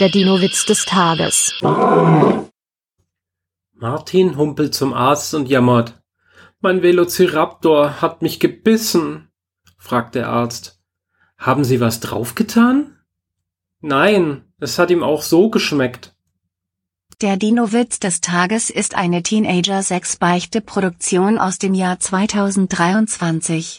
Der Dino-Witz des Tages. Martin humpelt zum Arzt und jammert. Mein Velociraptor hat mich gebissen, fragt der Arzt. Haben Sie was draufgetan? Nein, es hat ihm auch so geschmeckt. Der Dino-Witz des Tages ist eine Teenager-6-Beichte-Produktion aus dem Jahr 2023.